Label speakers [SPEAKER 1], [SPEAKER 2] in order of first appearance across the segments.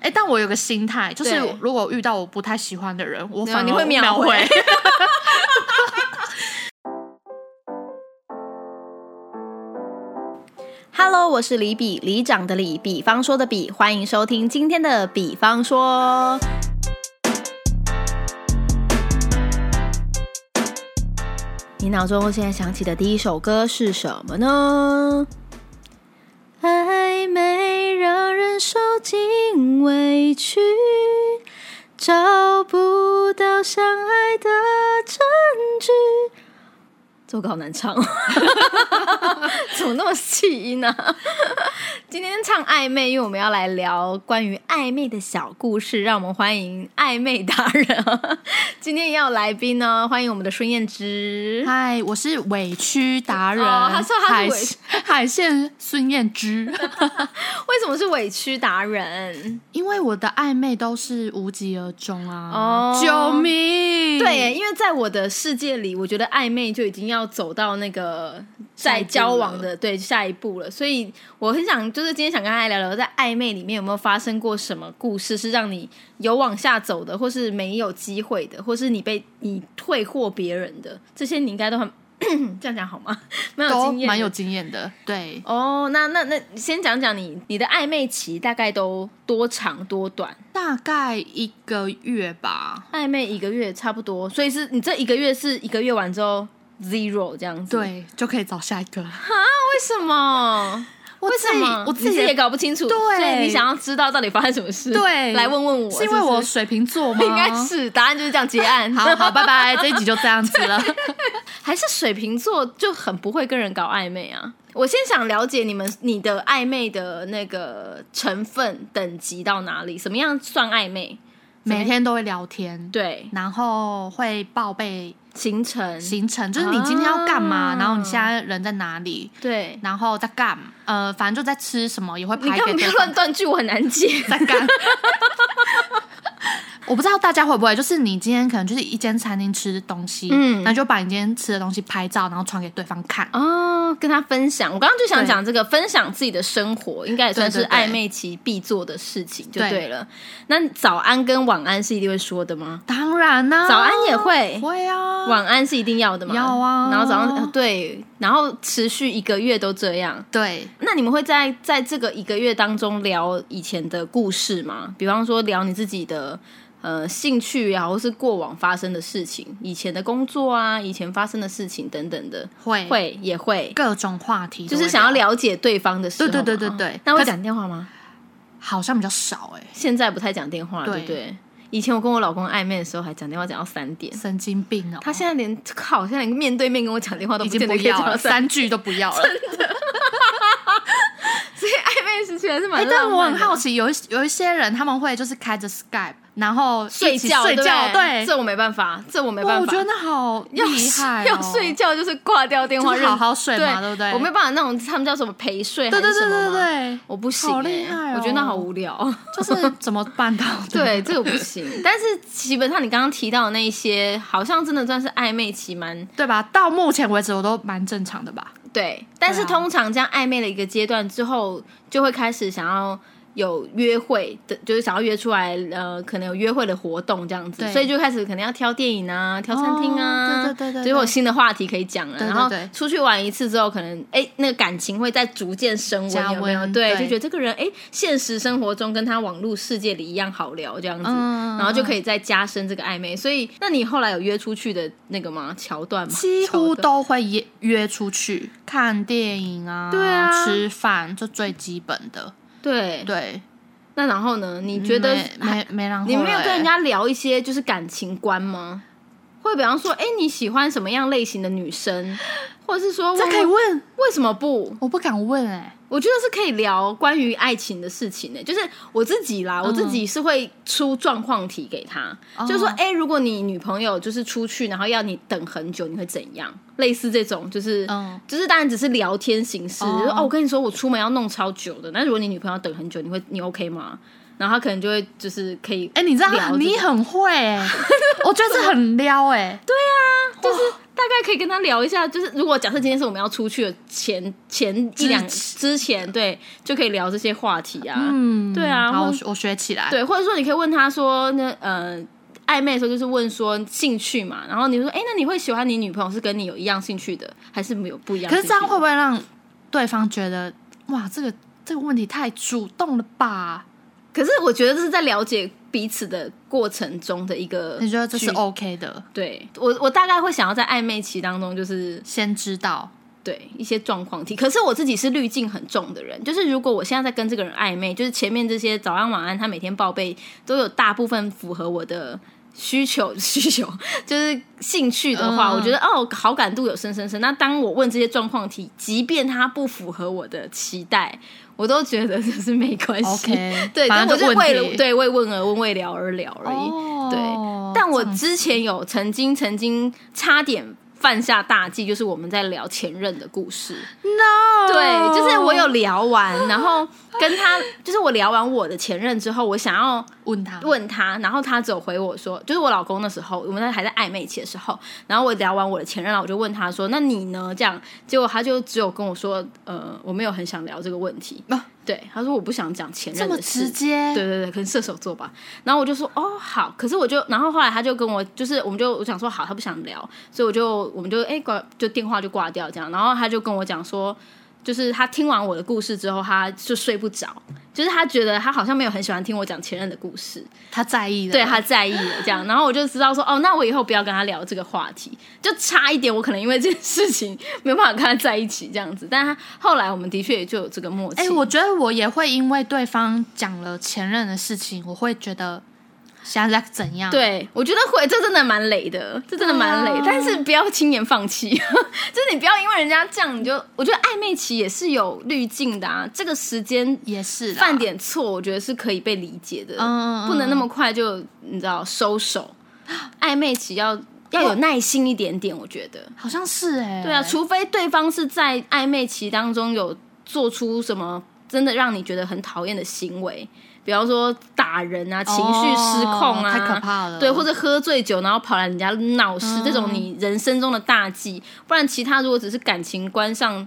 [SPEAKER 1] 哎但我有个心态，就是
[SPEAKER 2] 对
[SPEAKER 1] 如果遇到我不太喜欢的人，我
[SPEAKER 2] 没有
[SPEAKER 1] 反而
[SPEAKER 2] 你会秒
[SPEAKER 1] 秒
[SPEAKER 2] 回 Hello，我是李比，里长的李，比方说的比，欢迎收听今天的《比方说》。你脑中现在想起的第一首歌是什么呢？暧昧让人受尽委屈，找不到相爱的证据。这首歌好难唱、 哦。怎么那么气音呢、今天唱暧昧，因为我们要来聊关于暧昧的小故事，让我们欢迎暧昧达人。今天也有来宾呢，欢迎我们的孙燕姿。
[SPEAKER 1] 嗨，我是委屈达人，
[SPEAKER 2] 哦他说他是
[SPEAKER 1] 海
[SPEAKER 2] 委
[SPEAKER 1] 鲜海鲜孙燕姿，
[SPEAKER 2] 为什么是委屈达人？
[SPEAKER 1] 因为我的暧昧都是无疾而终啊！
[SPEAKER 2] 哦
[SPEAKER 1] 救命！
[SPEAKER 2] 对耶，因为在我的世界里，我觉得暧昧就已经要走到那个
[SPEAKER 1] 下
[SPEAKER 2] 在
[SPEAKER 1] 一步
[SPEAKER 2] 交往的对下一步了，所以我很想就是今天想跟大家聊聊，在暧昧里面有没有发生过什么故事是让你有往下走的，或是没有机会的，或是你被你退货别人的，这些你应该都很 这样讲好吗？蛮有
[SPEAKER 1] 都
[SPEAKER 2] 经验的，
[SPEAKER 1] 蛮有经验的。对，
[SPEAKER 2] 哦。那那那先讲讲你你的暧昧期大概都多长多短？
[SPEAKER 1] 大概一个月吧。
[SPEAKER 2] 暧昧一个月差不多，所以是你这一个月是一个月完之后 zero 这样子。，
[SPEAKER 1] 对，就可以找下一 个了。
[SPEAKER 2] 为什么？
[SPEAKER 1] 我
[SPEAKER 2] 为
[SPEAKER 1] 自
[SPEAKER 2] 什
[SPEAKER 1] 己
[SPEAKER 2] 么？
[SPEAKER 1] 哎我
[SPEAKER 2] 你
[SPEAKER 1] 自己
[SPEAKER 2] 也
[SPEAKER 1] 也
[SPEAKER 2] 搞不清楚，
[SPEAKER 1] 对
[SPEAKER 2] 所以你想要知道到底发生什么事，
[SPEAKER 1] 对
[SPEAKER 2] 来问问我，
[SPEAKER 1] 是因为
[SPEAKER 2] 不
[SPEAKER 1] 我水瓶座吗？
[SPEAKER 2] 应该。是答案就是这样结案。
[SPEAKER 1] 好好，拜拜，这一集就这样子了。
[SPEAKER 2] 还是水瓶座就很不会跟人搞暧昧啊。我先想了解你们你的暧昧的那个成分等级到哪里，什么样算暧昧？
[SPEAKER 1] 每天都会聊天，
[SPEAKER 2] 对，
[SPEAKER 1] 然后会报备
[SPEAKER 2] 行程，
[SPEAKER 1] 行程，就是你今天要干嘛，
[SPEAKER 2] 啊
[SPEAKER 1] 然后你现在人在哪里，
[SPEAKER 2] 对，
[SPEAKER 1] 然后在干，呃，反正就在吃什么，也会
[SPEAKER 2] 你
[SPEAKER 1] 拍
[SPEAKER 2] 干
[SPEAKER 1] 给
[SPEAKER 2] 嘛不
[SPEAKER 1] 对
[SPEAKER 2] 要
[SPEAKER 1] 方
[SPEAKER 2] 乱断句，我很难接。
[SPEAKER 1] 在干。 我不知道大家会不会，就是你今天可能就是一间餐厅吃东西，
[SPEAKER 2] 嗯
[SPEAKER 1] 那就把你今天吃的东西拍照，然后传给对方看。
[SPEAKER 2] 哦，跟他分享。我刚刚就想
[SPEAKER 1] 对
[SPEAKER 2] 讲这个，分享自己的生活，应该也算
[SPEAKER 1] 对对
[SPEAKER 2] 是
[SPEAKER 1] 对
[SPEAKER 2] 暧昧期必做的事情，就
[SPEAKER 1] 对
[SPEAKER 2] 对了。那早安跟晚安是一定会说的吗？
[SPEAKER 1] 当然啦、
[SPEAKER 2] 早安也会
[SPEAKER 1] 会啊，
[SPEAKER 2] 晚安是一定要的吗？
[SPEAKER 1] 要啊
[SPEAKER 2] 然后早上、呃对，然后持续一个月都这样。
[SPEAKER 1] 对，
[SPEAKER 2] 那你们会在在这个一个月当中聊以前的故事吗？比方说聊你自己的呃兴趣啊，或是过往发生的事情，以前的工作啊，以前发生的事情等等的，
[SPEAKER 1] 会
[SPEAKER 2] 会也会。
[SPEAKER 1] 各种话题都
[SPEAKER 2] 就
[SPEAKER 1] 会聊，
[SPEAKER 2] 是想要了解对方的时候嘛。哦
[SPEAKER 1] 对对对对对
[SPEAKER 2] 那会
[SPEAKER 1] 可是
[SPEAKER 2] 讲电话吗？
[SPEAKER 1] 好像比较少哎、
[SPEAKER 2] 现在不太讲电话，
[SPEAKER 1] 对
[SPEAKER 2] 对不对？以前我跟我老公暧昧的时候，还讲电话讲到三点。
[SPEAKER 1] 神经病哦、
[SPEAKER 2] 他现在连靠，现在连面对面跟我讲电话都
[SPEAKER 1] 已
[SPEAKER 2] 见
[SPEAKER 1] 经
[SPEAKER 2] 得
[SPEAKER 1] 不
[SPEAKER 2] 可以讲
[SPEAKER 1] 要
[SPEAKER 2] 到
[SPEAKER 1] 了，
[SPEAKER 2] 三
[SPEAKER 1] 三句都不要了。
[SPEAKER 2] 所以暧昧时期还是蛮
[SPEAKER 1] 哎、
[SPEAKER 2] 浪漫的……
[SPEAKER 1] 但我很好奇，有一有一些人他们会就是开着 Skype，然后一起
[SPEAKER 2] 睡觉，
[SPEAKER 1] 睡
[SPEAKER 2] 对不
[SPEAKER 1] 觉，对，
[SPEAKER 2] 这我没办法，这我没
[SPEAKER 1] 哇
[SPEAKER 2] 办法。
[SPEAKER 1] 我觉得那好
[SPEAKER 2] 要
[SPEAKER 1] 厉害、哦
[SPEAKER 2] 要睡觉就是挂掉电话，
[SPEAKER 1] 就是好好
[SPEAKER 2] 认
[SPEAKER 1] 睡嘛对不对
[SPEAKER 2] 我没办法那种他们叫什么陪睡还
[SPEAKER 1] 对对
[SPEAKER 2] 是什
[SPEAKER 1] 对对
[SPEAKER 2] 么吗，
[SPEAKER 1] 对，
[SPEAKER 2] 我不行、欸，
[SPEAKER 1] 好厉害哦
[SPEAKER 2] 我觉得那好无聊。
[SPEAKER 1] 就是怎么办到的？
[SPEAKER 2] 对，这个不行。但是基本上你刚刚提到的那一些，好像真的算是暧昧期蛮
[SPEAKER 1] 对吧？到目前为止我都蛮正常的吧。
[SPEAKER 2] 对。但是
[SPEAKER 1] 对啊
[SPEAKER 2] 通常这样暧昧的一个阶段之后，就会开始想要有约会的，就是想要约出来，呃，可能有约会的活动这样子，
[SPEAKER 1] 对
[SPEAKER 2] 所以就开始可能要挑电影啊，挑餐厅
[SPEAKER 1] 哦
[SPEAKER 2] 啊，
[SPEAKER 1] 对对对对对
[SPEAKER 2] 就会有新的话题可以讲了。
[SPEAKER 1] 对对
[SPEAKER 2] 然后
[SPEAKER 1] 对
[SPEAKER 2] 出去玩一次之后，可能哎，那个感情会再逐渐升
[SPEAKER 1] 加
[SPEAKER 2] 温，有没有？
[SPEAKER 1] 温
[SPEAKER 2] 对，
[SPEAKER 1] 对
[SPEAKER 2] 就觉得这个人哎，现实生活中跟他网络世界里一样好聊这样子。
[SPEAKER 1] 嗯
[SPEAKER 2] 然后就可以再加深这个暧昧。所以，那你后来有约出去的那个吗？桥段吗？
[SPEAKER 1] 几乎
[SPEAKER 2] 桥段
[SPEAKER 1] 都会约约出去看电影啊，
[SPEAKER 2] 对啊
[SPEAKER 1] 吃饭就最基本的。
[SPEAKER 2] 对。
[SPEAKER 1] 对，
[SPEAKER 2] 那然后呢？你觉得
[SPEAKER 1] 没没没嗯然后
[SPEAKER 2] 你没有
[SPEAKER 1] 了
[SPEAKER 2] 跟人
[SPEAKER 1] 欸
[SPEAKER 2] 家聊一些就是感情观吗？会比方说，哎，你喜欢什么样类型的女生，或者是说，
[SPEAKER 1] 这可以
[SPEAKER 2] 为
[SPEAKER 1] 问，
[SPEAKER 2] 为什么不？欸
[SPEAKER 1] 我不敢问哎、
[SPEAKER 2] 我觉得是可以聊关于爱情的事情呢、就是我自己啦，我自己是会出状况题给他，
[SPEAKER 1] 嗯哦
[SPEAKER 2] 就是说，哎、如果你女朋友就是出去，然后要你等很久，你会怎样？类似这种，就是，
[SPEAKER 1] 嗯
[SPEAKER 2] 就是当然只是聊天形式，
[SPEAKER 1] 哦
[SPEAKER 2] 就说哦，我跟你说，我出门要弄超久的，那如果你女朋友要等很久，你会你 OK 吗？然后他可能就会就是可以
[SPEAKER 1] 哎、你知道
[SPEAKER 2] 聊这个
[SPEAKER 1] 你很会、欸，我觉得这很撩哎、对，
[SPEAKER 2] 就是大概可以跟他聊一下，就是如果假设今天是我们要出去的前前一
[SPEAKER 1] 之
[SPEAKER 2] 两之前，对，就可以聊这些话题啊，
[SPEAKER 1] 嗯，
[SPEAKER 2] 对啊
[SPEAKER 1] 好，
[SPEAKER 2] 或
[SPEAKER 1] 我学我学起来。
[SPEAKER 2] 对，或者说你可以问他说，那呃暧昧的时候就是问说兴趣嘛，然后你说，哎、那你会喜欢你女朋友是跟你有一样兴趣的，还是没有不一样
[SPEAKER 1] 可
[SPEAKER 2] 兴
[SPEAKER 1] 是
[SPEAKER 2] 趣的？
[SPEAKER 1] 这样会不会让对方觉得哇，这个这个问题太主动了吧？
[SPEAKER 2] 可是我觉得这是在了解彼此的过程中的一个，
[SPEAKER 1] 你觉得这是？OK 哦的？
[SPEAKER 2] 对我，我大概会想要在暧昧期当中，就是
[SPEAKER 1] 先知道，
[SPEAKER 2] 对一些状况题。可是我自己是滤镜很重的人，就是如果我现在在跟这个人暧昧，就是前面这些早安晚安，他每天报备都有大部分符合我的。需求 需求就是兴趣的话，
[SPEAKER 1] 嗯
[SPEAKER 2] 我觉得哦，好感度有升升升。那当我问这些状况题，即便它不符合我的期待，我都觉得就是没关系。
[SPEAKER 1] OK，
[SPEAKER 2] 对，
[SPEAKER 1] 反
[SPEAKER 2] 但
[SPEAKER 1] 正
[SPEAKER 2] 我就
[SPEAKER 1] 这
[SPEAKER 2] 是
[SPEAKER 1] 问
[SPEAKER 2] 为
[SPEAKER 1] 题
[SPEAKER 2] 了对为问而问，为聊而聊而已。
[SPEAKER 1] 哦
[SPEAKER 2] 但我
[SPEAKER 1] 这样
[SPEAKER 2] 之前有曾经曾经差点犯下大忌，就是我们在聊前任的故事。
[SPEAKER 1] no，
[SPEAKER 2] 对，就是我有聊完，然后跟他，就是我聊完我的前任之后，我想要
[SPEAKER 1] 问他，
[SPEAKER 2] 问他，然后他只有回我说，就是我老公那时候，我们在还在暧昧期的时候，然后我聊完我的前任了，我就问他说，那你呢？这样，结果他就只有跟我说，呃，我没有很想聊这个问题。
[SPEAKER 1] 啊
[SPEAKER 2] 对，他说我不想讲前
[SPEAKER 1] 这
[SPEAKER 2] 任
[SPEAKER 1] 么
[SPEAKER 2] 的事
[SPEAKER 1] 直。接，
[SPEAKER 2] 对对对，可能射手座吧。然后我就说哦好，可是我就，然后后来他就跟我，就是我们就我想说好，他不想聊，所以我就我们就哎挂就电话就挂掉这样。然后他就跟我讲说，就是他听完我的故事之后，他就睡不着，就是他觉得他好像没有很喜欢听我讲前任的故事，
[SPEAKER 1] 他在意的，
[SPEAKER 2] 对他在意了这样。然后我就知道说哦，那我以后不要跟他聊这个话题，就差一点我可能因为这件事情没有办法跟他在一起这样子。但他后来我们的确也就有这个默契。
[SPEAKER 1] 哎、我觉得我也会因为对方讲了前任的事情，我会觉得现在在怎样？，
[SPEAKER 2] 对，我觉得会，这真的蛮累的，这真的蛮累。
[SPEAKER 1] 对啊
[SPEAKER 2] 但是不要轻言放弃， 就是你不要因为人家这样你就，哎我觉得暧昧期也是有滤镜的啊。这个时间
[SPEAKER 1] 也是啦
[SPEAKER 2] 犯，点错，我觉得是可以被理解的，
[SPEAKER 1] 嗯嗯嗯
[SPEAKER 2] 不能那么快就你知道收手。 暧昧期要要有耐心一点点，我觉得。
[SPEAKER 1] 好像是哎、
[SPEAKER 2] 对啊，除非对方是在暧昧期当中有做出什么真的让你觉得很讨厌的行为，比方说打人啊、情绪失控啊，
[SPEAKER 1] 哦太可怕了
[SPEAKER 2] 对，或者喝醉酒然后跑来人家闹事，这种你人生中的大忌。不然其他如果只是感情观上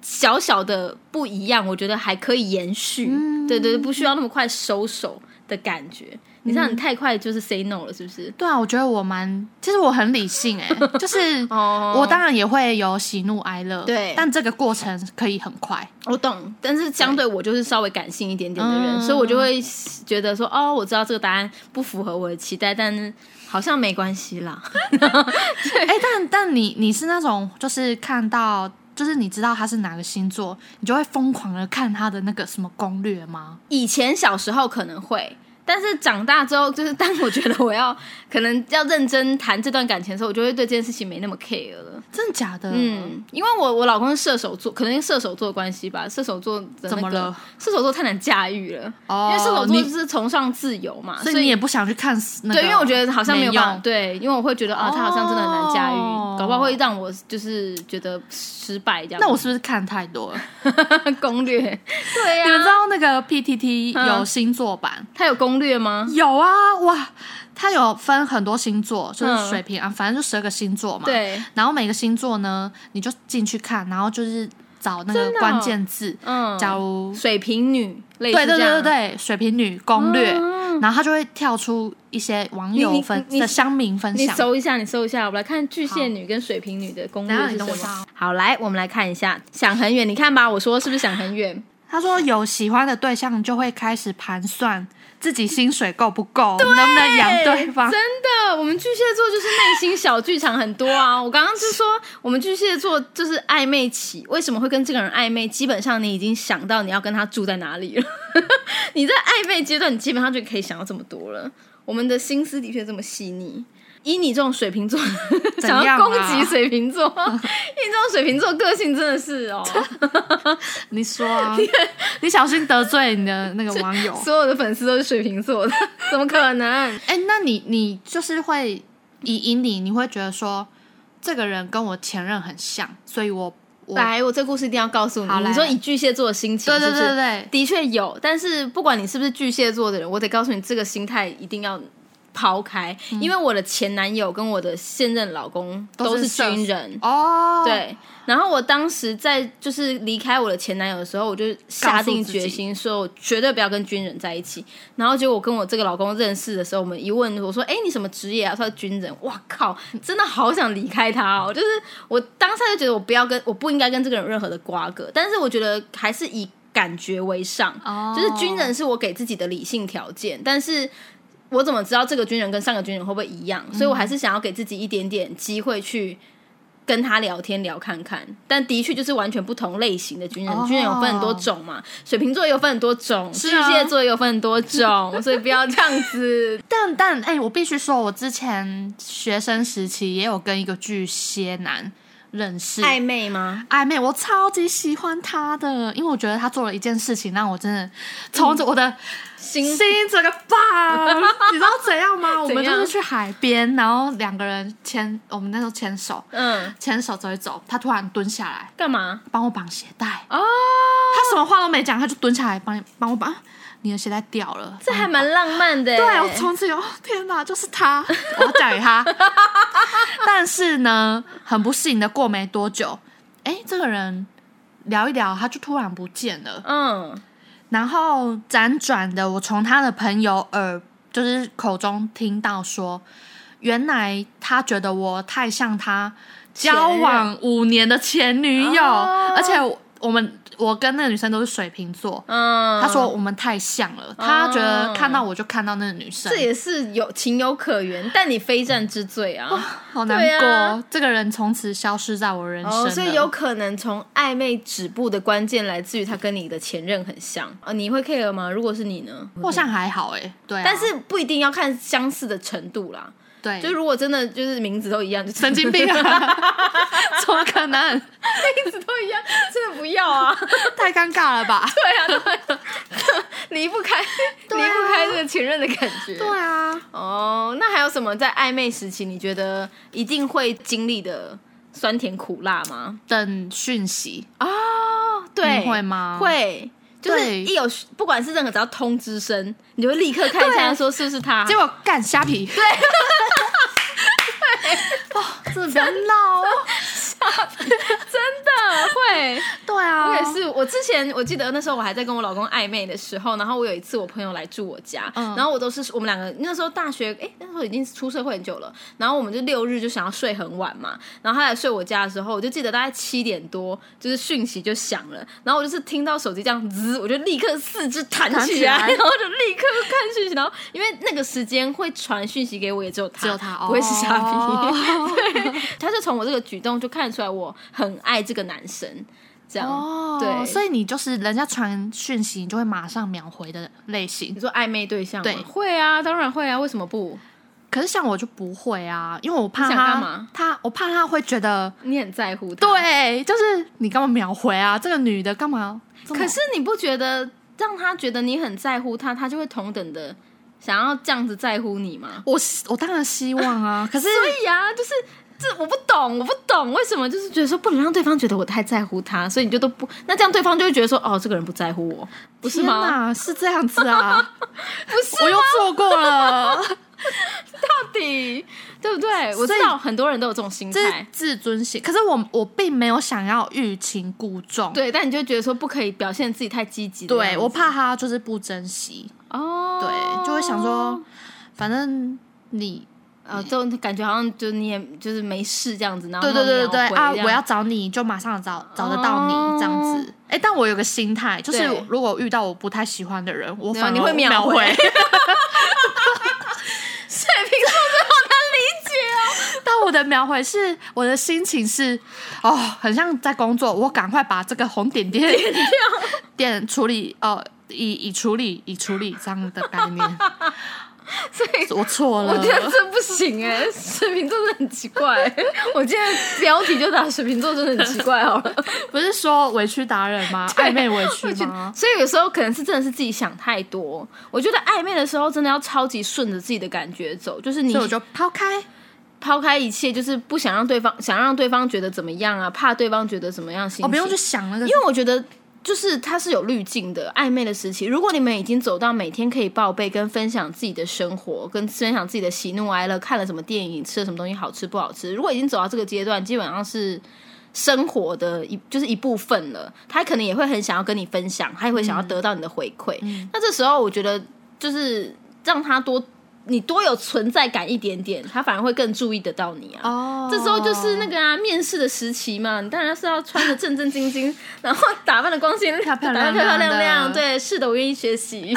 [SPEAKER 2] 小小的不一样，我觉得还可以延续。对对，对不需要那么快收手的感觉。你这样你太快就是 say no 了，是不是？
[SPEAKER 1] 对啊，我觉得我蛮，其实我很理性哎、就是
[SPEAKER 2] 哦
[SPEAKER 1] 我当然也会有喜怒哀乐，
[SPEAKER 2] 对
[SPEAKER 1] 但这个过程可以很快，
[SPEAKER 2] 我懂，但是相对我就是稍微感性一点点的人，
[SPEAKER 1] 嗯
[SPEAKER 2] 所以我就会觉得说，哦，我知道这个答案不符合我的期待，但是好像没关系啦。
[SPEAKER 1] 哎、但但你你是那种就是看到。就是你知道他是哪个星座，你就会疯狂的看他的那个什么攻略吗？
[SPEAKER 2] 以前小时候可能会，但是长大之后，就是当我觉得我要可能要认真谈这段感情的时候，我就会对这件事情没那么 care 了。
[SPEAKER 1] 真的假的？，哦
[SPEAKER 2] 嗯，因为我我老公是射手座，可能是射手座的关系吧，射手座的、那个、
[SPEAKER 1] 怎么了？
[SPEAKER 2] 射手座太难驾驭了，
[SPEAKER 1] 哦，
[SPEAKER 2] 因为射手座就
[SPEAKER 1] 你
[SPEAKER 2] 是崇尚自由嘛，
[SPEAKER 1] 所以你也不想去看那个
[SPEAKER 2] 对，因为我觉得好像没有办法，
[SPEAKER 1] 用
[SPEAKER 2] 对，因为我会觉得啊，他好像真的很难驾驭，
[SPEAKER 1] 哦
[SPEAKER 2] 搞不好会让我就是觉得失败这样。
[SPEAKER 1] 那我是不是看太多了？
[SPEAKER 2] 攻 略，对
[SPEAKER 1] 你们
[SPEAKER 2] 呀、
[SPEAKER 1] 知道那个 PTT
[SPEAKER 2] 嗯
[SPEAKER 1] 有星座版？
[SPEAKER 2] 他有攻略吗？
[SPEAKER 1] 有啊，哇，它有分很多星座，就
[SPEAKER 2] 嗯
[SPEAKER 1] 是水瓶啊，反正就十二个星座嘛。。
[SPEAKER 2] 对，
[SPEAKER 1] 然后每个星座呢，你就进去看，然后就是找那个
[SPEAKER 2] 真的哦
[SPEAKER 1] 关键字，
[SPEAKER 2] 嗯，
[SPEAKER 1] 假如
[SPEAKER 2] 水瓶女类似
[SPEAKER 1] 对对
[SPEAKER 2] 这
[SPEAKER 1] 对对
[SPEAKER 2] 样
[SPEAKER 1] 对，水瓶女攻略，
[SPEAKER 2] 嗯
[SPEAKER 1] 然后它就会跳出一些网
[SPEAKER 2] 你
[SPEAKER 1] 友
[SPEAKER 2] 你
[SPEAKER 1] 分
[SPEAKER 2] 你
[SPEAKER 1] 的乡民分
[SPEAKER 2] 你
[SPEAKER 1] 享。
[SPEAKER 2] 搜一下，你搜一下，我们来看巨蟹女跟水瓶女的攻略
[SPEAKER 1] 等一下
[SPEAKER 2] 是
[SPEAKER 1] 你
[SPEAKER 2] 什
[SPEAKER 1] 等我一下
[SPEAKER 2] 么
[SPEAKER 1] 哦。
[SPEAKER 2] 好，来，我们来看一下，想很远，你看吧，我说是不是想很远？
[SPEAKER 1] 他说有喜欢的对象就会开始盘算自己薪水够不够，能不能养对方。
[SPEAKER 2] 真的，我们巨蟹座就是内心小剧场很多啊。 我刚刚就说，我们巨蟹座就是暧昧期，为什么会跟这个人暧昧？基本上你已经想到你要跟他住在哪里了。 你在暧昧阶段，你基本上就可以想到这么多了。我们的心思的确这么细腻。以你这种水 瓶座，
[SPEAKER 1] 怎
[SPEAKER 2] 想要
[SPEAKER 1] 样啊
[SPEAKER 2] 攻击水瓶座， 以你这种水瓶座个性啊真的是哦，
[SPEAKER 1] 你说啊，你小心得罪你的那个网 友。
[SPEAKER 2] 所有的粉丝都是水瓶座的， 怎么可能？
[SPEAKER 1] 哎、那你你就是会以以你，你会觉得说这个人跟我前任很像，所以我我
[SPEAKER 2] 来，我这故事一定要告诉
[SPEAKER 1] 好
[SPEAKER 2] 你。
[SPEAKER 1] 来
[SPEAKER 2] 你说以巨蟹座的心情，
[SPEAKER 1] 对
[SPEAKER 2] 是
[SPEAKER 1] 对
[SPEAKER 2] 不
[SPEAKER 1] 对
[SPEAKER 2] 是
[SPEAKER 1] 对对，
[SPEAKER 2] 的确有，但是不管你是不是巨蟹座的人，我得告诉你，这个心态一定要抛开，因为我的前男友跟我的现任老公
[SPEAKER 1] 嗯都
[SPEAKER 2] 都
[SPEAKER 1] 是
[SPEAKER 2] 是
[SPEAKER 1] 射
[SPEAKER 2] 军人。
[SPEAKER 1] 哦，，
[SPEAKER 2] 对，然后我当时在就是离开我的前男友的时候，我就下定决心说，我绝对不要跟军人在一起。然后结果我跟我这个老公认识的时候，我们一问我说：“哎，你什么职业啊？”他说：“军人。”哇靠，真的好想离开他哦！就是我当下就觉得我不要跟我不应该跟这个人有任何的瓜葛，但是我觉得还是以感觉为上。
[SPEAKER 1] 哦，
[SPEAKER 2] 就是军人是我给自己的理性条件，但是我怎么知道这个军人跟上个军人会不会一样？
[SPEAKER 1] 嗯
[SPEAKER 2] 所以我还是想要给自己一点点机会去跟他聊天聊看看。但的确就是完全不同类型的军人，
[SPEAKER 1] 哦
[SPEAKER 2] 军人有分很多种嘛，水瓶座也有分很多种，
[SPEAKER 1] 是
[SPEAKER 2] 巨
[SPEAKER 1] 啊
[SPEAKER 2] 蟹座也有分很多 种，所以不要这样子。
[SPEAKER 1] 但但哎、我必须说，我之前学生时期也有跟一个巨蟹男认识
[SPEAKER 2] 暧昧吗？
[SPEAKER 1] 暧昧，我超级喜欢他的，因为我觉得他做了一件事情让我真的从我的
[SPEAKER 2] 心
[SPEAKER 1] 嗯心整个爆，你知道 怎样吗？我们
[SPEAKER 2] 怎
[SPEAKER 1] 就
[SPEAKER 2] 样
[SPEAKER 1] 是去海边，然后两个人牵，我们那时候牵手，
[SPEAKER 2] 嗯，
[SPEAKER 1] 牵手走一走，他突然蹲下来
[SPEAKER 2] 干嘛？
[SPEAKER 1] 帮我绑鞋带，
[SPEAKER 2] 哦，
[SPEAKER 1] 他什么话都没讲，他就蹲下来帮你帮我绑，啊你的鞋带掉了，
[SPEAKER 2] 这还蛮浪漫的。欸
[SPEAKER 1] 对，我从此有哦天哪，就是他， 我要嫁给他。但是呢，很不幸的，过没多久，哎，这个人聊一聊，他就突然不见了。
[SPEAKER 2] 嗯
[SPEAKER 1] 然后辗转的，我从他的朋友耳，就是口中听到说，原来他觉得我太像他交往五年的前女友，
[SPEAKER 2] 哦
[SPEAKER 1] 而且我我们我跟那个女生都是水瓶座。
[SPEAKER 2] 嗯，
[SPEAKER 1] 他说我们太像了，他觉得看到我就看到那个女生，
[SPEAKER 2] 这也是有情有可原，但你非战之罪啊。
[SPEAKER 1] 好难
[SPEAKER 2] 对
[SPEAKER 1] 过，
[SPEAKER 2] 啊
[SPEAKER 1] 这个人从此消失在我人生了、
[SPEAKER 2] 哦，所以有可能从暧昧止步的关键来自于他跟你的前任很像啊、你会 care 吗？如果是你呢？
[SPEAKER 1] 我好像还好哎、对啊、
[SPEAKER 2] 但是不一定要看相似的程度啦。
[SPEAKER 1] 对，
[SPEAKER 2] 就如果真的就是名字都一样，就
[SPEAKER 1] 神经病 啊， 怎么可能？
[SPEAKER 2] 名字都一样，真的不要啊！
[SPEAKER 1] 太尴尬了吧？
[SPEAKER 2] 对啊，对啊离不开，
[SPEAKER 1] 对
[SPEAKER 2] 离
[SPEAKER 1] 啊
[SPEAKER 2] 不开这个前任的感觉。
[SPEAKER 1] 对啊，
[SPEAKER 2] 哦，那还有什么在暧昧时期你觉得一定会经历的酸甜苦辣吗？
[SPEAKER 1] 等讯息，
[SPEAKER 2] 哦，对，
[SPEAKER 1] 你会吗？，
[SPEAKER 2] 会，就是
[SPEAKER 1] 对
[SPEAKER 2] 一有不管是任何只要通知声，你就会立刻看一下说是不是他。
[SPEAKER 1] 结果干虾皮， 对，哦，真的不要闹哦，
[SPEAKER 2] 真的会，
[SPEAKER 1] 对啊，
[SPEAKER 2] 我也，是。我之前我记得那时候我还在跟我老公暧昧的时候，然后我有一次我朋友来住我家，
[SPEAKER 1] 嗯
[SPEAKER 2] 然后我都是我们两个那时候大学，哎、那时候已经出社会很久了，然后我们就六日就想要睡很晚嘛，然后他来睡我家的时候，我就记得大概七点多，就是讯息就响了，然后我就是听到手机这样滋，我就立刻四肢弹
[SPEAKER 1] 弹
[SPEAKER 2] 起
[SPEAKER 1] 起
[SPEAKER 2] 来，
[SPEAKER 1] 来
[SPEAKER 2] 然后就立刻看讯息，然后因为那个时间会传讯息给我也只有他，
[SPEAKER 1] 只有他，哦、
[SPEAKER 2] 不会是 傻逼。他就从我这个举动就看得出来我很爱这个男生，这样。
[SPEAKER 1] 哦，
[SPEAKER 2] 对
[SPEAKER 1] 所以你就是人家传讯息，你就会马上秒回的类型
[SPEAKER 2] 你。说暧昧对象吗
[SPEAKER 1] 对
[SPEAKER 2] 会啊，当然会啊，为什么不？
[SPEAKER 1] 可是像我就不会啊，因为我怕
[SPEAKER 2] 你想干
[SPEAKER 1] 他
[SPEAKER 2] 嘛，
[SPEAKER 1] 他我怕他会觉得
[SPEAKER 2] 你很在乎他。，
[SPEAKER 1] 对，就是你干嘛秒回啊？这个女的干嘛这么？
[SPEAKER 2] 可是你不觉得让他觉得你很在乎他，他就会同等的想要这样子在乎你吗？
[SPEAKER 1] 我希我当然希望 啊，可是
[SPEAKER 2] 所以啊，就是。这我不懂，我不懂为什么就是觉得说不能让对方觉得我太在乎他，所以你就都不那这样对方就会觉得说哦，这个人不在乎我，不是
[SPEAKER 1] 天
[SPEAKER 2] 吗？
[SPEAKER 1] 哪是这样子啊？ 不是，我又错过了，
[SPEAKER 2] 到底对不对？我
[SPEAKER 1] 所以
[SPEAKER 2] 知道很多人都有这种心
[SPEAKER 1] 这是
[SPEAKER 2] 态，
[SPEAKER 1] 自尊心。可是我我并没有想要欲擒故纵，
[SPEAKER 2] 对，但你就觉得说不可以表现自己太积极的
[SPEAKER 1] 对，
[SPEAKER 2] 样子，
[SPEAKER 1] 我怕他就是不珍惜，
[SPEAKER 2] 哦，
[SPEAKER 1] 对，就会想说，反正你
[SPEAKER 2] 呃，就感觉好像就你也就是没事这样子，然后
[SPEAKER 1] 对对对
[SPEAKER 2] 那种
[SPEAKER 1] 对
[SPEAKER 2] 秒
[SPEAKER 1] 对
[SPEAKER 2] 回
[SPEAKER 1] 啊，
[SPEAKER 2] 这样
[SPEAKER 1] 我要找你就马上找找得到你、
[SPEAKER 2] 哦
[SPEAKER 1] 这样子。哎，但我有个心态，就是
[SPEAKER 2] 对
[SPEAKER 1] 如果遇到我不太喜欢的人，我
[SPEAKER 2] 对啊
[SPEAKER 1] 反而
[SPEAKER 2] 你会秒
[SPEAKER 1] 秒
[SPEAKER 2] 回
[SPEAKER 1] 回
[SPEAKER 2] 水瓶座真的好难理解哦。
[SPEAKER 1] 但我的描绘是，我的心情是，哦，很像在工作，我赶快把这个红点点点处理，呃，以以处理以处理这样的概念。
[SPEAKER 2] 所以
[SPEAKER 1] 我错了，
[SPEAKER 2] 我觉得这不行哎， 水瓶座真的很奇怪。欸 我今天标题就打水瓶座真的很奇怪好了。
[SPEAKER 1] 不是说委屈达人吗？暧昧委屈吗？
[SPEAKER 2] 所以有时候可能是真的是自己想太多。我觉得暧昧的时候真的要超级顺着自己的感觉走，就是你
[SPEAKER 1] 所以我就抛开，哦
[SPEAKER 2] 抛开一切，就是不想让对方想让对方觉得怎么样啊，怕对方觉得怎么样心
[SPEAKER 1] 我、
[SPEAKER 2] 情。
[SPEAKER 1] 不用去想那个，
[SPEAKER 2] 因为我觉得就是它是有滤镜的，暧昧的时期，如果你们已经走到每天可以报备跟分享自己的生活，跟分享自己的喜怒哀乐，看了什么电影，吃了什么东西，好吃不好吃，如果已经走到这个阶段，基本上是。生活的一就是一部分了，他可能也会很想要跟你分享，他也会想要得到你的回馈。那这时候我觉得就是让他多你多有存在感一点点，他反而会更注意得到你啊。
[SPEAKER 1] 哦，
[SPEAKER 2] 这时候就是那个啊，面试的时期嘛，你当然是要穿的正正经经，然后打扮的光鲜
[SPEAKER 1] 漂漂
[SPEAKER 2] 打
[SPEAKER 1] 亮
[SPEAKER 2] 扮
[SPEAKER 1] 亮
[SPEAKER 2] 漂漂亮亮。
[SPEAKER 1] 的
[SPEAKER 2] 对，是的，我愿意学 习，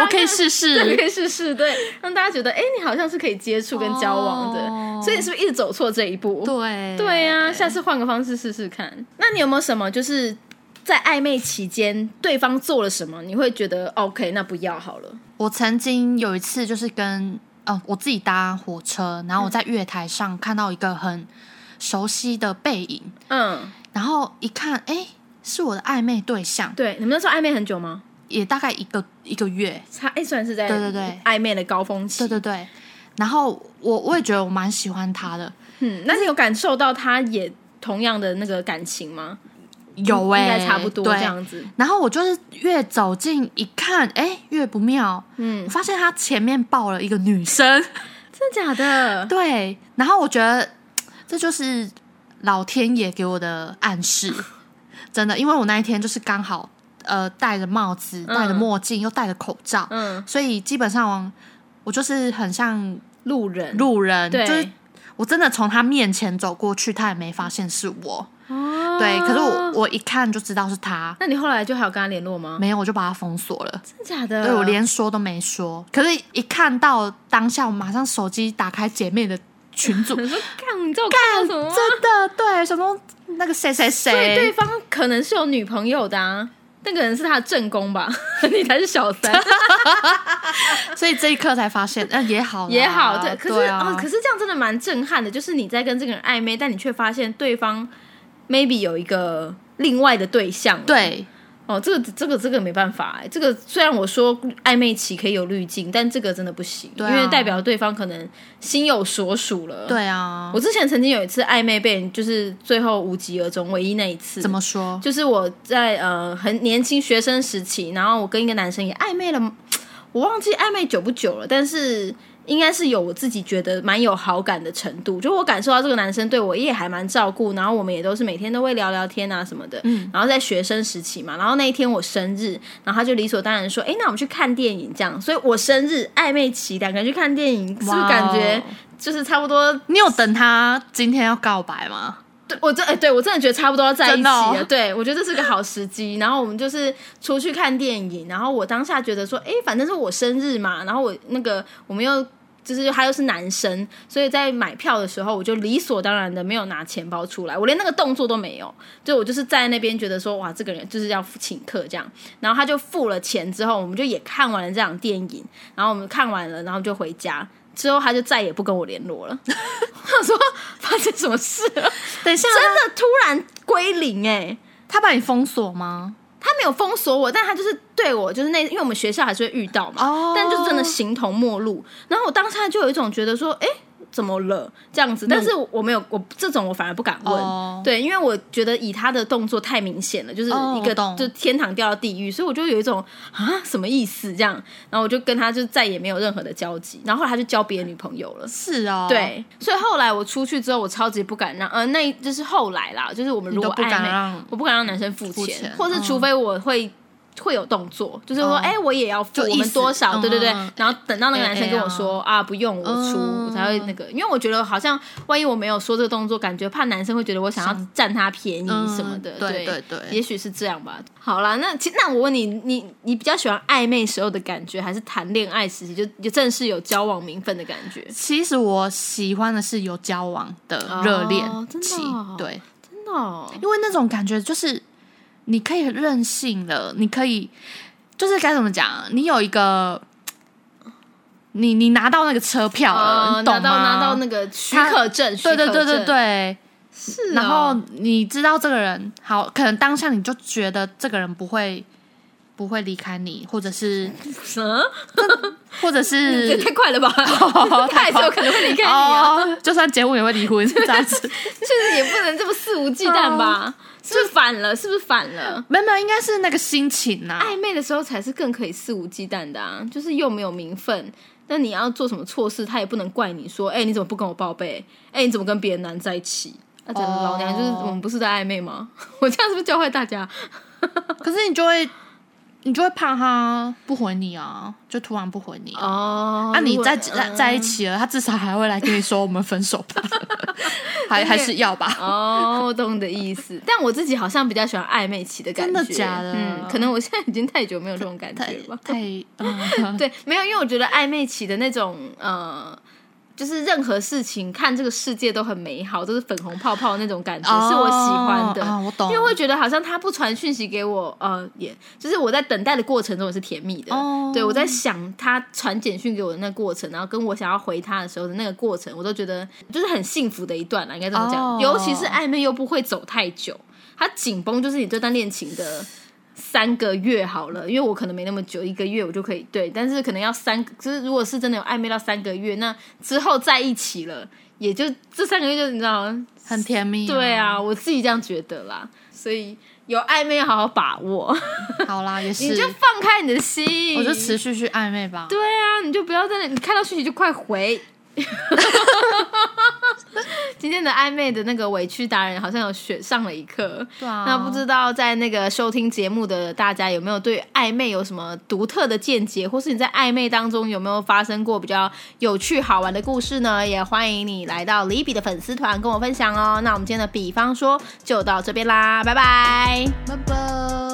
[SPEAKER 1] 我可以哦试
[SPEAKER 2] 对，
[SPEAKER 1] 试
[SPEAKER 2] 可，以试试，对，让大家觉得，哎，你好像是可以接触跟交往的，
[SPEAKER 1] 哦
[SPEAKER 2] 所以你是不是一直走错这一步？
[SPEAKER 1] 对
[SPEAKER 2] 对呀、下次换个方式试试看。那你有没有什么就是在暧昧期间对方做了什么，你会觉得 OK，那不要好了？
[SPEAKER 1] 我曾经有一次就是跟呃我自己搭火车，然后
[SPEAKER 2] 嗯
[SPEAKER 1] 我在月台上看到一个很熟悉的背影，
[SPEAKER 2] 嗯，
[SPEAKER 1] 然后一看，哎，是我的暧昧对象，
[SPEAKER 2] 对，你们那时候暧昧很久吗？
[SPEAKER 1] 也大概一个一个月，
[SPEAKER 2] 差哎，算是在
[SPEAKER 1] 对对对
[SPEAKER 2] 暧昧的高峰期。
[SPEAKER 1] 对对对。然后我我也觉得我蛮喜欢他的，
[SPEAKER 2] 嗯，那你有感受到他也同样的那个感情吗？
[SPEAKER 1] 有
[SPEAKER 2] 嗯应
[SPEAKER 1] 哎、
[SPEAKER 2] 该差不多
[SPEAKER 1] 对
[SPEAKER 2] 这样子。
[SPEAKER 1] 然后我就是越走近一看，哎，越不妙，
[SPEAKER 2] 嗯
[SPEAKER 1] 我，发现他前面抱了一个女生，
[SPEAKER 2] 真的假的？
[SPEAKER 1] 对，然后我觉得这就是老天爷给我的暗示，真的，因为我那一天就是刚好呃戴着帽子、
[SPEAKER 2] 嗯
[SPEAKER 1] 戴着墨镜，又戴着口罩，
[SPEAKER 2] 嗯，
[SPEAKER 1] 所以基本上我就是很像
[SPEAKER 2] 路人
[SPEAKER 1] 路人，
[SPEAKER 2] 对
[SPEAKER 1] 就是我真的从他面前走过去，他也没发现是我，
[SPEAKER 2] 哦
[SPEAKER 1] 对，可是我我一看就知道是他，
[SPEAKER 2] 那你后来就还有跟他联络吗？
[SPEAKER 1] 没有我就把他封锁了。
[SPEAKER 2] 真的假的？
[SPEAKER 1] 对我连说都没说，可是，一看到当下，我马上手机打开姐妹的群组，
[SPEAKER 2] 你说干，你知道我看到什么吗？
[SPEAKER 1] 真的对，想说那个谁谁
[SPEAKER 2] 所以对
[SPEAKER 1] 谁，
[SPEAKER 2] 方可能是有女朋友的啊，那个人是他的正 宫吧？你才是小三
[SPEAKER 1] 所以这一刻才发现，那、也好啦
[SPEAKER 2] 也好，对。可是
[SPEAKER 1] 啊、
[SPEAKER 2] 哦，可是这样真的蛮震撼的，就是你在跟这个人暧昧，但你却发现对方 maybe 有一个另外的对象了。
[SPEAKER 1] 对
[SPEAKER 2] 哦，这个这个这个没办法哎，这个虽然我说暧昧期可以有滤镜，但这个真的不行，
[SPEAKER 1] 对啊
[SPEAKER 2] 因为代表对方可能心有所属了。，
[SPEAKER 1] 对啊，
[SPEAKER 2] 我之前曾经有一次暧昧被人就是最后无疾而终，唯一那一次。
[SPEAKER 1] 怎么说？
[SPEAKER 2] 就是我在呃很年轻学生时期，然后我跟一个男生也暧昧了，我忘记暧昧久不久了，但是应该是有我自己觉得蛮有好感的程度，就我感受到这个男生对我也还蛮照顾，然后我们也都是每天都会聊聊天啊什么的，嗯，然后在学生时期嘛，然后那一天我生日，然后他就理所当然说，哎，那我们去看电影这样，所以我生日暧昧期两个人去看电影，是不是
[SPEAKER 1] 哇哦
[SPEAKER 2] 感觉就是差不多
[SPEAKER 1] 你有等他今天要告白吗？
[SPEAKER 2] 对，我真哎、对我真的觉得差不多要在一起
[SPEAKER 1] 真的
[SPEAKER 2] 了。
[SPEAKER 1] 哦
[SPEAKER 2] 对，我觉得这是个好时机。然后我们就是出去看电影，然后我当下觉得说，哎、反正是我生日嘛，然后我那个我们又。就是他又是男生，所以在买票的时候，我就理所当然的没有拿钱包出来，我连那个动作都没有。就我就是在那边觉得说，哇，这个人就是要请客这样。然后他就付了钱之后，我们就也看完了这场电影，然后我们看完了，然后就回家。之后他就再也不跟我联络了。 我想说发生什么事了？
[SPEAKER 1] 等一下，
[SPEAKER 2] 真的突然归零哎、
[SPEAKER 1] 他把你封锁吗？
[SPEAKER 2] 他没有封锁我，但他就是对我，就是那，因为我们学校还是会遇到嘛
[SPEAKER 1] 哦
[SPEAKER 2] 但就真的形同陌路。然后我当下就有一种觉得说，哎、怎么了这样子？但是我没有，我这种我反而不敢问
[SPEAKER 1] 哦
[SPEAKER 2] 对，因为我觉得以他的动作太明显了，就是
[SPEAKER 1] 哦
[SPEAKER 2] 一个、
[SPEAKER 1] 我懂
[SPEAKER 2] 就天堂掉到地狱，所以我就有一种啊什么意思这样，然后我就跟他就再也没有任何的交集。然后后来他就交别的女朋友了。
[SPEAKER 1] 是哦，，
[SPEAKER 2] 对，所以后来我出去之后，我超级不敢让，呃，那就是后来啦，就是我们如
[SPEAKER 1] 你
[SPEAKER 2] 果
[SPEAKER 1] 都不敢
[SPEAKER 2] 暧昧
[SPEAKER 1] 让
[SPEAKER 2] 我不敢让男生付
[SPEAKER 1] 付
[SPEAKER 2] 钱，
[SPEAKER 1] 钱
[SPEAKER 2] 或是
[SPEAKER 1] 嗯
[SPEAKER 2] 除非我会。会有动作，就是说，
[SPEAKER 1] 哦
[SPEAKER 2] 哎、我也要付，
[SPEAKER 1] 就
[SPEAKER 2] 我
[SPEAKER 1] 意
[SPEAKER 2] 们
[SPEAKER 1] 思
[SPEAKER 2] 多少？
[SPEAKER 1] 嗯
[SPEAKER 2] 对对对
[SPEAKER 1] 嗯嗯。
[SPEAKER 2] 然后等到那个
[SPEAKER 1] 哎
[SPEAKER 2] 男生跟我说啊，不用我出，
[SPEAKER 1] 嗯
[SPEAKER 2] 我才会那个，因为我觉得好像万一我没有说这个动作，感觉怕男生会觉得我想要占他便宜
[SPEAKER 1] 嗯
[SPEAKER 2] 什么的。
[SPEAKER 1] 对
[SPEAKER 2] 对
[SPEAKER 1] 对对
[SPEAKER 2] 也许是这样吧。好啦，那其那我问你，你你比较喜欢暧昧时候的感觉，还是谈恋爱时期就就正式有交往名分的感觉？
[SPEAKER 1] 其实我喜欢的是有交往的热恋
[SPEAKER 2] 哦真的
[SPEAKER 1] 期，
[SPEAKER 2] 哦
[SPEAKER 1] 对，
[SPEAKER 2] 真的、哦，
[SPEAKER 1] 因为那种感觉就是你可以任性了，你可以就是该怎么讲，啊你有一个，你你拿到那个车票了，
[SPEAKER 2] 呃
[SPEAKER 1] 你
[SPEAKER 2] 拿
[SPEAKER 1] 懂
[SPEAKER 2] 到
[SPEAKER 1] 吗？
[SPEAKER 2] 拿到那个许可证，
[SPEAKER 1] 对对对对
[SPEAKER 2] 对，
[SPEAKER 1] 对，
[SPEAKER 2] 是哦、
[SPEAKER 1] 然后你知道这个人好，可能当下你就觉得这个人不会不会离开你，或者是
[SPEAKER 2] 什么？
[SPEAKER 1] 或者
[SPEAKER 2] 这
[SPEAKER 1] 是 哦
[SPEAKER 2] 也太快 了吧！他
[SPEAKER 1] 太
[SPEAKER 2] 还是有可能会离开你啊，
[SPEAKER 1] 哦，就算结婚也会离婚，这样 子。
[SPEAKER 2] 就是也不能这么肆无忌惮
[SPEAKER 1] 哦
[SPEAKER 2] 吧？是不是反了？是不是反了？
[SPEAKER 1] 没有没有，应该是那个心情啊呐、
[SPEAKER 2] 暧昧的时候才是更可以肆无忌惮的啊，就是又没有名分，那你要做什么错事，他也不能怪你说，哎、你怎么不跟我报备？哎、你怎么跟别的男在一起？那、怎么
[SPEAKER 1] 哦
[SPEAKER 2] 老娘就是我们不是在暧昧吗？ 我这样是不是教坏大家？
[SPEAKER 1] 可是你就会，你就会怕他不回你啊，就突然不回你啊。
[SPEAKER 2] 哦嗯
[SPEAKER 1] 那、你在在在一起了，他至少还会来跟你说我们分手 吧，还还是要吧？
[SPEAKER 2] 哦，我懂你的 意思，但我自己好像比较喜欢暧昧期的感觉，
[SPEAKER 1] 真的假的
[SPEAKER 2] 嗯，可能我现在已经太久没有这种感
[SPEAKER 1] 太
[SPEAKER 2] 觉吧。
[SPEAKER 1] 太嗯，
[SPEAKER 2] 对，没有，因为我觉得暧昧期的那种呃，就是任何事情看这个世界都很美好，就是粉红泡泡那种感觉、是我喜欢的。
[SPEAKER 1] 哦啊我懂，
[SPEAKER 2] 因为会觉得好像他不传讯息给我，呃，也就是我在等待的过程中也是甜蜜的。
[SPEAKER 1] 哦
[SPEAKER 2] 对我在想他传简讯给我的那个过程，然后跟我想要回他的时候的那个过程，我都觉得就是很幸福的一段啦，啊应该这么讲。
[SPEAKER 1] 哦
[SPEAKER 2] 尤其是暧昧又不会走太久，它紧绷就是你这段恋情的。三个月好了，因为我可能没那么久，一个月我就可以对，但是可能要三，就是如果是真的有暧昧到三个月，那之后在一起了，也就这三个月就你知道，
[SPEAKER 1] 很甜蜜、
[SPEAKER 2] 对，啊，我自己这样觉得啦，所以有暧昧好好把握，
[SPEAKER 1] 好啦，也
[SPEAKER 2] 你
[SPEAKER 1] 是
[SPEAKER 2] 就，放开你的心，
[SPEAKER 1] 我就持续去暧昧吧。
[SPEAKER 2] 对啊，你就不要在那，你看到讯息就快回。 今天的暧昧的那个委屈达人好像有学上了一课，
[SPEAKER 1] 对啊，
[SPEAKER 2] 那不知道在那个收听节目的大家有没有对暧昧有什么独特的见解，或是你在暧昧当中有没有发生过比较有趣好玩的故事呢？也欢迎你来到李比的粉丝团跟我分享哦。那我们今天的比方说就到这边啦，拜拜。
[SPEAKER 1] 拜拜。